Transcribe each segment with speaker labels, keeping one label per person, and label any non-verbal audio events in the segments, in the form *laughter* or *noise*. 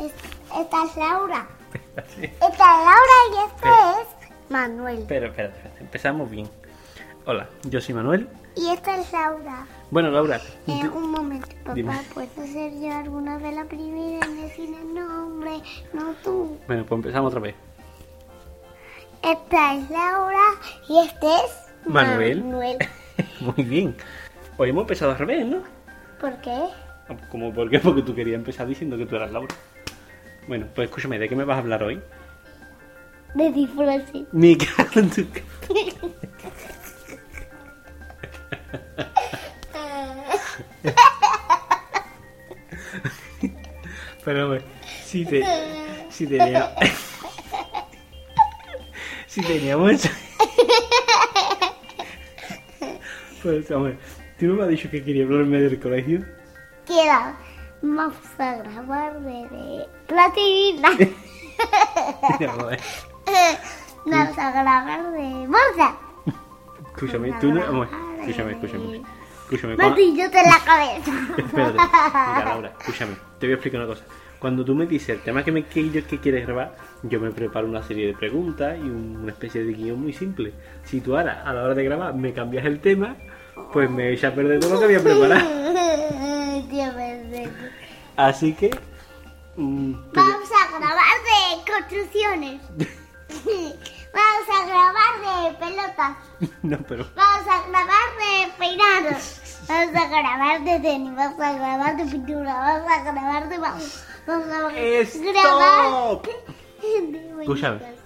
Speaker 1: Es- esta es Laura.
Speaker 2: Así.
Speaker 1: Esta es Laura y este
Speaker 2: Pero-
Speaker 1: es Manuel.
Speaker 2: *laughs* Pero espérate, espérate, empezamos bien. Hola, yo soy Manuel.
Speaker 1: Y esta es Laura.
Speaker 2: Bueno, Laura,
Speaker 1: Eh,
Speaker 2: di-
Speaker 1: un momento, papá.
Speaker 2: Dime.
Speaker 1: ¿Puedes hacer yo alguna de la primera en decir el nombre? No tú.
Speaker 2: bueno, pues empezamos otra vez. *laughs*
Speaker 1: Esta es Laura y este es
Speaker 2: Manuel.
Speaker 1: Manuel.
Speaker 2: Muy bien. Hoy hemos empezado al revés, ¿no?
Speaker 1: ¿Por qué?
Speaker 2: ¿Cómo, ¿Por qué? Porque tú querías empezar diciendo que tú eras Laura. Bueno, pues escúchame, ¿de qué me vas a hablar *laughs* hoy?
Speaker 1: De
Speaker 2: *laughs*
Speaker 1: disfraces.
Speaker 2: Me cago en tu ca- Pero bueno, si te... Si teníamos... *laughs* si teníamos... *laughs* pues, Samuel, ¿tú no me has dicho que quería hablarme del colegio? *laughs*
Speaker 1: Quiero. Vamos a grabar de
Speaker 2: *laughs*
Speaker 1: platina.
Speaker 2: No, joder.
Speaker 1: *laughs* Vamos a grabar de Mozart.
Speaker 2: Escúchame, tú no... Vamos, escúchame, escúchame. Escúchame, cuando-
Speaker 1: Martillote en la cabeza.
Speaker 2: *laughs* Espérate, mira Laura, *laughs* escúchame, te voy a explicar una cosa. Cuando tú me dices el tema que, me, que, yo- que quieres grabar, yo me preparo una serie de preguntas y un- una especie de guión muy simple. Si tú ahora, a la hora de grabar, me cambias el tema, pues me echa a perder todo lo que había preparado.
Speaker 1: Dios bendito.
Speaker 2: Así que... mm,
Speaker 1: *laughs*
Speaker 2: te-
Speaker 1: Vamos a grabar de construcciones. *laughs* Vamos a grabar de pelotas.
Speaker 2: *laughs* No, pero...
Speaker 1: Vamos a grabar de peinados. Vamos a grabar de tenis. Vamos a grabar de pintura. Vamos a grabar de. Vamos, vamos a grabar.
Speaker 2: ¡Stop!
Speaker 1: *laughs* de
Speaker 2: Escúchame.
Speaker 1: bonitas.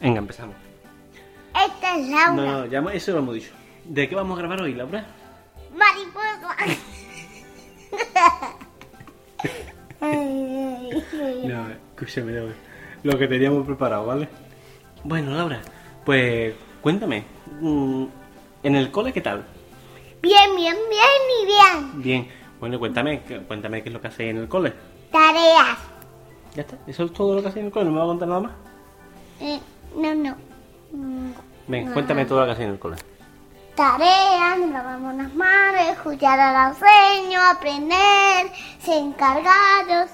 Speaker 2: Venga, empezamos.
Speaker 1: Esta es Laura.
Speaker 2: No, no, ya hemos- eso lo hemos dicho. ¿De qué vamos a grabar hoy, Laura?
Speaker 1: Mariposa. *laughs* Ay, ay, ay.
Speaker 2: No, escúchame, no, lo que teníamos preparado, ¿vale? Bueno, Laura, pues cuéntame, mm, ¿en el cole qué tal?
Speaker 1: Bien, bien, bien y bien.
Speaker 2: Bien, bueno, cuéntame, qué- cuéntame qué es lo que hacéis en el cole.
Speaker 1: Tareas.
Speaker 2: Ya está, eso es todo lo que hacéis en el cole, no me vas a contar nada más.
Speaker 1: Eh, no, no. Mm,
Speaker 2: Ven, cuéntame todo lo que hacéis en el cole.
Speaker 1: Tareas, nos lavamos las manos, escuchar a los seños, aprender, ser encargados,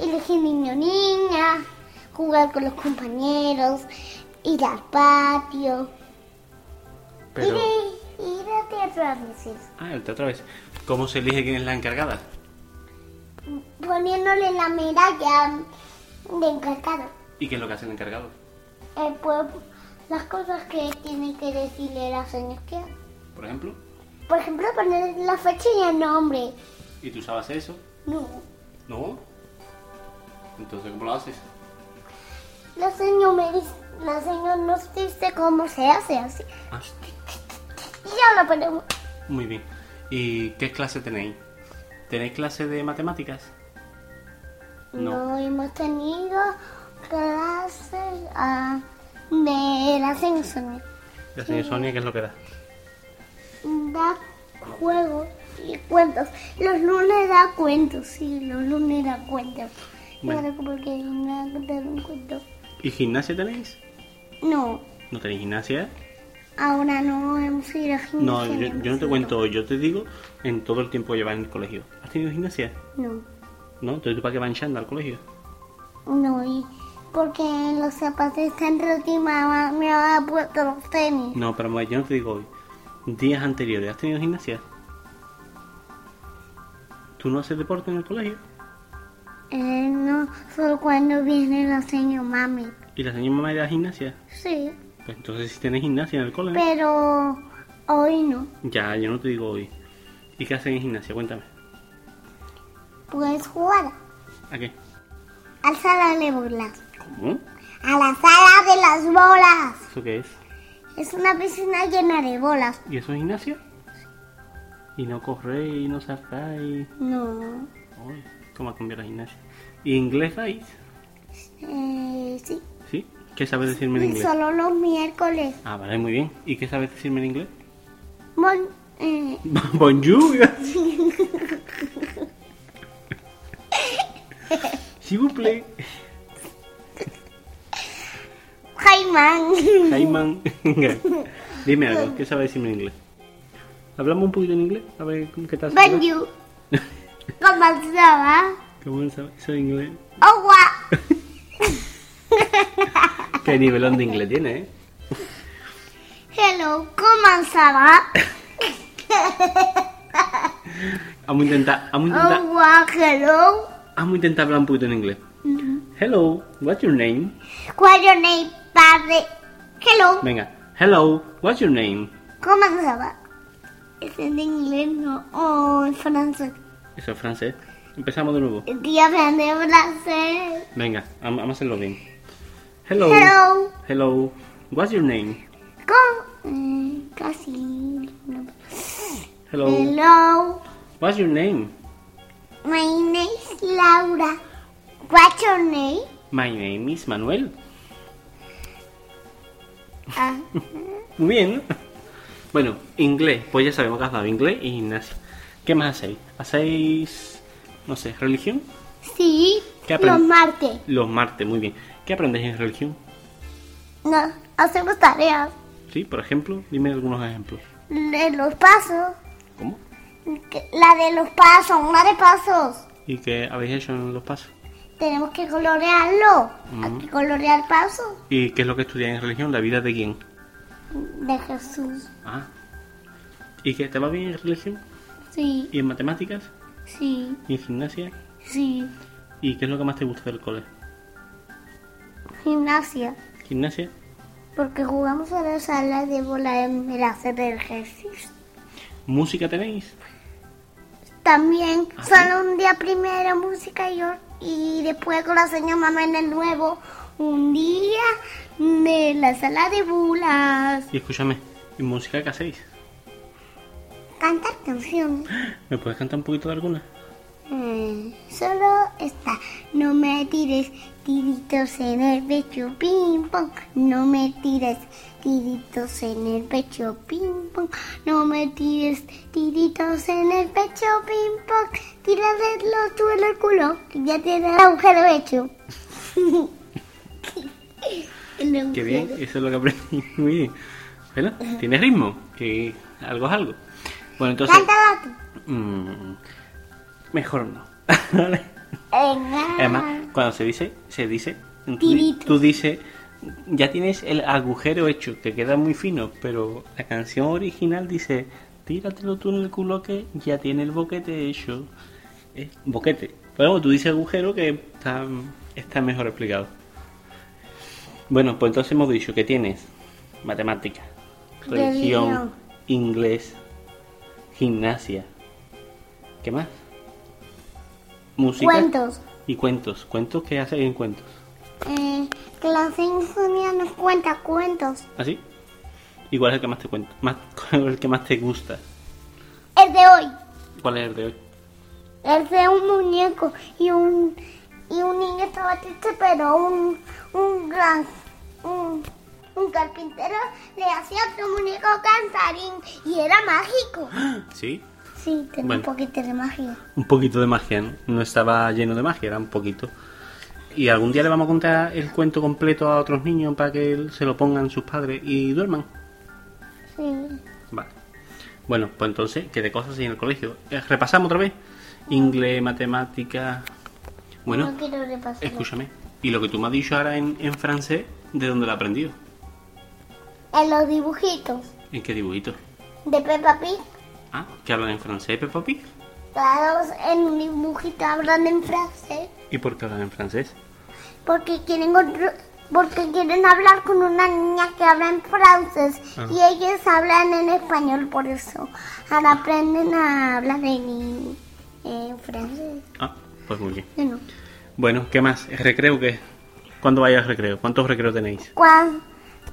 Speaker 1: elegir niño niña, jugar con los compañeros, ir al patio,
Speaker 2: Pero,
Speaker 1: ir, ir a teatro a veces,
Speaker 2: *laughs* ah, el otra vez, ¿cómo se elige quién es la encargada?
Speaker 1: poniéndole la medalla de encargado.
Speaker 2: ¿Y qué es lo que hace el encargado?
Speaker 1: Eh, pues, las cosas que tiene que decirle las señas que hace.
Speaker 2: Por ejemplo,
Speaker 1: Por ejemplo, poner la fecha y el nombre.
Speaker 2: ¿y tú sabes hacer eso?
Speaker 1: No.
Speaker 2: ¿No? Entonces, ¿cómo lo haces?
Speaker 1: La señora me dice, la señora nos dice cómo se hace así.
Speaker 2: Ah,
Speaker 1: Y ya lo ponemos.
Speaker 2: Muy bien. ¿Y qué clase tenéis? ¿Tenéis clase de matemáticas?
Speaker 1: No.
Speaker 2: No.
Speaker 1: hemos tenido clases ah, de la señora.
Speaker 2: La señora Sonia, ¿qué es lo que da?
Speaker 1: Da juegos y cuentos. Los lunes da cuentos, sí, los lunes da cuentos.
Speaker 2: Bueno.
Speaker 1: Claro, porque no dar un cuento.
Speaker 2: ¿Y gimnasia tenéis?
Speaker 1: No,
Speaker 2: ¿No tenéis gimnasia?
Speaker 1: ahora no hemos ido a
Speaker 2: No,
Speaker 1: gimnasia,
Speaker 2: yo,
Speaker 1: hemos
Speaker 2: yo no te
Speaker 1: ido.
Speaker 2: cuento, yo te digo en todo el tiempo que llevas en el colegio. ¿Has tenido gimnasia?
Speaker 1: No.
Speaker 2: ¿No? Entonces tú para qué vas en chándal al colegio.
Speaker 1: No, y porque los zapatos están rotos y mamá me ha puesto los tenis.
Speaker 2: No, pero mamá, yo no te digo hoy. Días anteriores, ¿has tenido gimnasia? ¿Tú no haces deporte en el colegio?
Speaker 1: Eh, no, solo cuando viene la señora mami.
Speaker 2: ¿Y la señora mamá da gimnasia?
Speaker 1: Sí,
Speaker 2: Pues entonces sí tenéis gimnasia en el colegio.
Speaker 1: pero hoy no.
Speaker 2: Ya, yo no te digo hoy. ¿Y qué hacen en gimnasia? Cuéntame.
Speaker 1: Puedes jugar
Speaker 2: ¿A qué?
Speaker 1: al sala de bolas.
Speaker 2: ¿Cómo?
Speaker 1: A la sala de las bolas.
Speaker 2: ¿Eso qué es?
Speaker 1: Es una piscina llena de bolas.
Speaker 2: ¿Y eso es gimnasia? Y no corréis, y no saltáis.
Speaker 1: No.
Speaker 2: Uy, ¿cómo ha cambiado la gimnasia? ¿Y inglés vais?
Speaker 1: Eh, sí.
Speaker 2: ¿Sí? ¿Qué sabes decirme en inglés?
Speaker 1: Solo los miércoles.
Speaker 2: Ah, vale, muy bien. ¿Y qué sabes decirme en inglés? *laughs*
Speaker 1: Mon- eh,
Speaker 2: Bonjour. *laughs* S'il vous plaît.
Speaker 1: Jaimán. *laughs*
Speaker 2: Jaimán. *laughs* Dime algo, ¿qué sabes decirme en inglés? Hablamos un poquito en inglés, a ver qué tal.
Speaker 1: Benju. ¿Cómo se llama?
Speaker 2: ¿Cómo sabes inglés?
Speaker 1: Owa.
Speaker 2: Qué nivelón de inglés tiene, ¿eh?
Speaker 1: Hello, comenzará.
Speaker 2: Vamos a intentar, vamos a
Speaker 1: Oh,
Speaker 2: intentar,
Speaker 1: wow, hello.
Speaker 2: vamos a intentar hablar un poquito en inglés. Hello, what's your name?
Speaker 1: What's your name, padre? Hello,
Speaker 2: Venga, hello, what's your name?
Speaker 1: comenzará. Es en inglés, no, o en francés.
Speaker 2: Eso es francés. Empezamos de nuevo.
Speaker 1: El día aprende francés.
Speaker 2: Venga, am- vamos a hacerlo bien. Hello,
Speaker 1: Hello,
Speaker 2: hello, what's your name?
Speaker 1: com. eh, Casi. no.
Speaker 2: Hello,
Speaker 1: Hello,
Speaker 2: what's your name?
Speaker 1: my name is Laura. What's your name?
Speaker 2: My name is Manuel.
Speaker 1: Ah,
Speaker 2: Muy bien. *laughs* ¿no? Bueno, inglés, pues ya sabemos que has dado inglés y gimnasia. ¿Qué más hacéis? ¿Hacéis, no sé, religión?
Speaker 1: sí,
Speaker 2: ¿Qué aprend-
Speaker 1: los martes.
Speaker 2: Los martes, muy bien. ¿Qué aprendéis en religión?
Speaker 1: No, hacemos tareas.
Speaker 2: Sí, por ejemplo, dime algunos ejemplos.
Speaker 1: De los pasos.
Speaker 2: ¿Cómo?
Speaker 1: que- La de los pasos, una de pasos.
Speaker 2: ¿Y qué habéis hecho en los pasos?
Speaker 1: Tenemos que colorearlo. Hay
Speaker 2: Mm.
Speaker 1: que colorear pasos
Speaker 2: ¿Y qué es lo que estudiáis en religión? ¿La vida de quién?
Speaker 1: de Jesús.
Speaker 2: Ah. ¿Y qué te va bien en religión?
Speaker 1: Sí,
Speaker 2: ¿Y en matemáticas?
Speaker 1: sí,
Speaker 2: ¿Y en gimnasia?
Speaker 1: sí.
Speaker 2: ¿Y qué es lo que más te gusta del cole?
Speaker 1: Gimnasia.
Speaker 2: ¿Gimnasia?
Speaker 1: Porque jugamos a la sala de bola en el hacer ejercicio.
Speaker 2: ¿Música tenéis?
Speaker 1: También
Speaker 2: ¿Ah, sí?
Speaker 1: solo un día primero música y, yo- y después con la señora mamá en el nuevo un día de la sala de bulas.
Speaker 2: Y escúchame, ¿y música qué hacéis?
Speaker 1: Cantar canciones.
Speaker 2: ¿Me puedes cantar un poquito de alguna?
Speaker 1: Eh, solo está. No me tires tiritos en el pecho, ping pong. No me tires tiritos en el pecho, ping pong. No me tires tiritos en el pecho, ping pong. Tíralo tú en el culo, que ya te da el agujero hecho. *laughs* El
Speaker 2: Qué
Speaker 1: agujero.
Speaker 2: bien, eso es lo que aprendí. *laughs* Muy bien. Bueno, tiene ritmo, que algo es algo. Bueno, entonces...
Speaker 1: Cántala tú.
Speaker 2: mm, mejor no. *laughs* ¿Vale?
Speaker 1: Venga.
Speaker 2: Además, cuando se dice, se dice, tú, di-
Speaker 1: Tirito.
Speaker 2: tú dices, ya tienes el agujero hecho, que queda muy fino, pero la canción original dice, tíratelo tú en el culo que ya tiene el boquete hecho. Eh, boquete. Bueno, tú dices agujero que está, está mejor explicado. Bueno, pues entonces hemos dicho que tienes matemática, religión,
Speaker 1: Religión.
Speaker 2: inglés, gimnasia. ¿Qué más? Música
Speaker 1: Cuentos.
Speaker 2: y cuentos. ¿Cuentos qué hacéis en cuentos?
Speaker 1: Eh, que la sinfonía nos cuenta cuentos.
Speaker 2: ¿Así? ¿ah, Igual es el que más te cuento. Más, *laughs* ¿Cuál es el que más te gusta?
Speaker 1: El de hoy.
Speaker 2: ¿Cuál es el de hoy?
Speaker 1: Es de un muñeco y un y un niño estaba triste, pero un un gran un, un carpintero le hacía otro muñeco cantarín y era mágico.
Speaker 2: Sí.
Speaker 1: Sí, tenía
Speaker 2: Bueno.
Speaker 1: un poquito de magia.
Speaker 2: Un poquito de magia, ¿no? No estaba lleno de magia, era un poquito. Y algún día le vamos a contar el cuento completo a otros niños para que se lo pongan sus padres y duerman.
Speaker 1: Sí.
Speaker 2: Vale. Bueno, pues entonces, que de cosas hay en el colegio. Eh, repasamos otra vez. Inglés, matemática. Bueno,
Speaker 1: No quiero repasarlo.
Speaker 2: escúchame. Y lo que tú me has dicho ahora en, en francés, ¿de dónde lo has aprendido?
Speaker 1: En los dibujitos
Speaker 2: ¿En qué dibujito?
Speaker 1: de Peppa Pig,
Speaker 2: Ah, que hablan en francés, Peppa Pig.
Speaker 1: todos en un dibujito hablan en francés
Speaker 2: ¿Y por qué hablan en francés?
Speaker 1: porque quieren otro- porque quieren hablar con una niña que habla en francés
Speaker 2: Ah.
Speaker 1: y ellos hablan en español por eso ahora aprenden a hablar en, en francés
Speaker 2: Ah, pues muy bien.
Speaker 1: Yo no.
Speaker 2: Bueno, ¿qué más? ¿El recreo qué? ¿Cuándo vais al recreo? ¿Cuántos recreos tenéis?
Speaker 1: Cuan-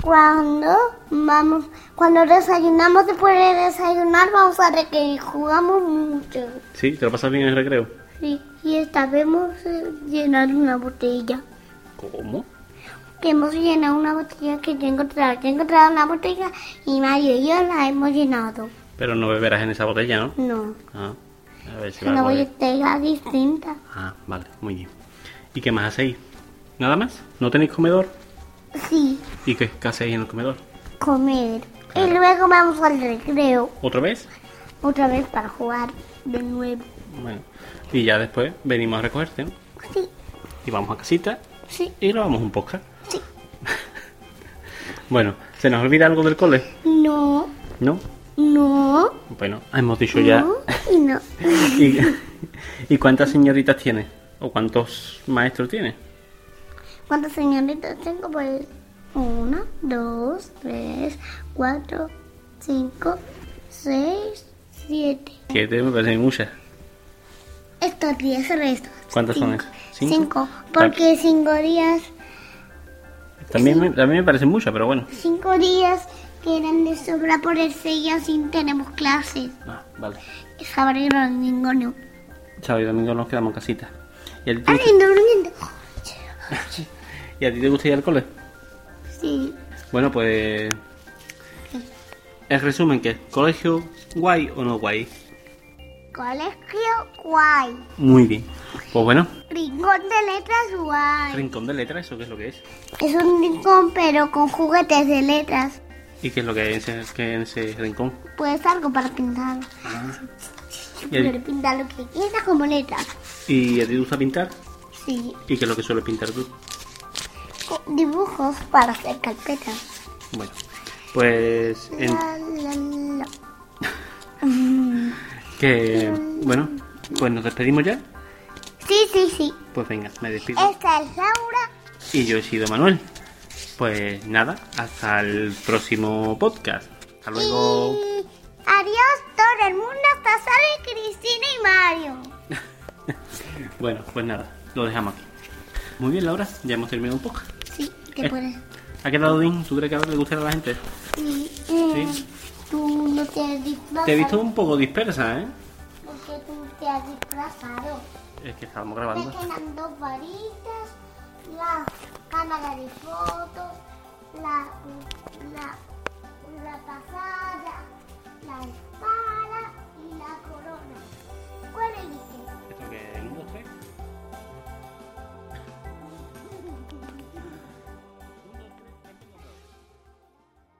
Speaker 1: cuando vamos cuando desayunamos después de desayunar vamos a recrear jugamos mucho
Speaker 2: ¿Sí? ¿Te lo pasas bien en el recreo?
Speaker 1: sí, y esta vez hemos eh, llenado una botella
Speaker 2: ¿Cómo?
Speaker 1: que hemos llenado una botella que yo he encontrado yo he encontrado una botella y Mario y yo la hemos llenado
Speaker 2: Pero no beberás en esa botella, ¿no?
Speaker 1: No,
Speaker 2: Ah, a ver si
Speaker 1: es
Speaker 2: va
Speaker 1: una
Speaker 2: a volver.
Speaker 1: botella distinta.
Speaker 2: Ah, vale, muy bien. ¿Y qué más hacéis? ¿Nada más? ¿No tenéis comedor?
Speaker 1: Sí,
Speaker 2: ¿Y qué, qué hacéis en el comedor?
Speaker 1: comer.
Speaker 2: Claro.
Speaker 1: Y luego vamos al recreo,
Speaker 2: ¿Otra vez?
Speaker 1: otra vez para jugar de nuevo.
Speaker 2: Bueno, y ya después venimos a recogerte, ¿no?
Speaker 1: Sí,
Speaker 2: Y vamos a casita
Speaker 1: sí,
Speaker 2: y grabamos un podcast.
Speaker 1: sí.
Speaker 2: *laughs* Bueno, ¿se nos olvida algo del cole?
Speaker 1: No,
Speaker 2: ¿No?
Speaker 1: no,
Speaker 2: Bueno, hemos dicho ya.
Speaker 1: no y no.
Speaker 2: ¿Y, *laughs* y cuántas señoritas tiene? ¿O cuántos maestros tiene?
Speaker 1: ¿Cuántas señoritas tengo? Pues una, dos, tres, cuatro, cinco, seis, siete.
Speaker 2: Que te me parecen muchas.
Speaker 1: Estos días restos.
Speaker 2: ¿Cuántas son esas?
Speaker 1: Cinco.
Speaker 2: ¿Cinco?
Speaker 1: Cinco, Porque cinco días,
Speaker 2: También me, también me parecen muchas, pero bueno.
Speaker 1: cinco días quedan de sobra por el sello sin tenemos clases.
Speaker 2: Ah, vale.
Speaker 1: Sábado y domingo no.
Speaker 2: Sábado y domingo nos quedamos en casita. ¿Y a ti te, gusta-
Speaker 1: Alguien durmiendo.
Speaker 2: *laughs* ¿y a ti te gusta ir al cole?
Speaker 1: Sí.
Speaker 2: Bueno, pues. El resumen que es colegio guay o no guay.
Speaker 1: Colegio guay.
Speaker 2: Muy bien. Pues bueno,
Speaker 1: Rincón de letras guay.
Speaker 2: rincón de letras, ¿eso qué es lo que es?
Speaker 1: Es un rincón pero con juguetes de letras.
Speaker 2: ¿Y qué es lo que hay en ese, que hay en ese rincón?
Speaker 1: Puedes algo para pintar.
Speaker 2: ¿Y, a
Speaker 1: Pero pintar lo que quieras como letras.
Speaker 2: ti- y a ti te gusta pintar?
Speaker 1: Sí.
Speaker 2: ¿Y qué es lo que sueles pintar tú?
Speaker 1: Co- Dibujos para hacer carpetas.
Speaker 2: Bueno, pues. en-
Speaker 1: La, la, la.
Speaker 2: que. Bueno, pues nos despedimos ya.
Speaker 1: Sí, sí, sí.
Speaker 2: Pues venga, me despido.
Speaker 1: Esta es Laura.
Speaker 2: Y yo he sido Manuel. Pues nada, hasta el próximo podcast. Hasta luego.
Speaker 1: Y adiós todo el mundo hasta Sara y Cristina y Mario.
Speaker 2: Bueno, pues nada, lo dejamos aquí. Muy bien, Laura, ya hemos terminado un poco.
Speaker 1: Sí,
Speaker 2: Eh.
Speaker 1: te puedes.
Speaker 2: ¿Ha quedado bien? ¿Tú crees que le gustará a la gente?
Speaker 1: Sí. eh, Tú no te has disfrazado.
Speaker 2: Te he visto un poco dispersa, ¿eh?
Speaker 1: Porque tú te has disfrazado.
Speaker 2: Es que estábamos
Speaker 1: Me
Speaker 2: grabando.
Speaker 1: quedan dos varitas, la cámara de fotos, la, la, la pasada.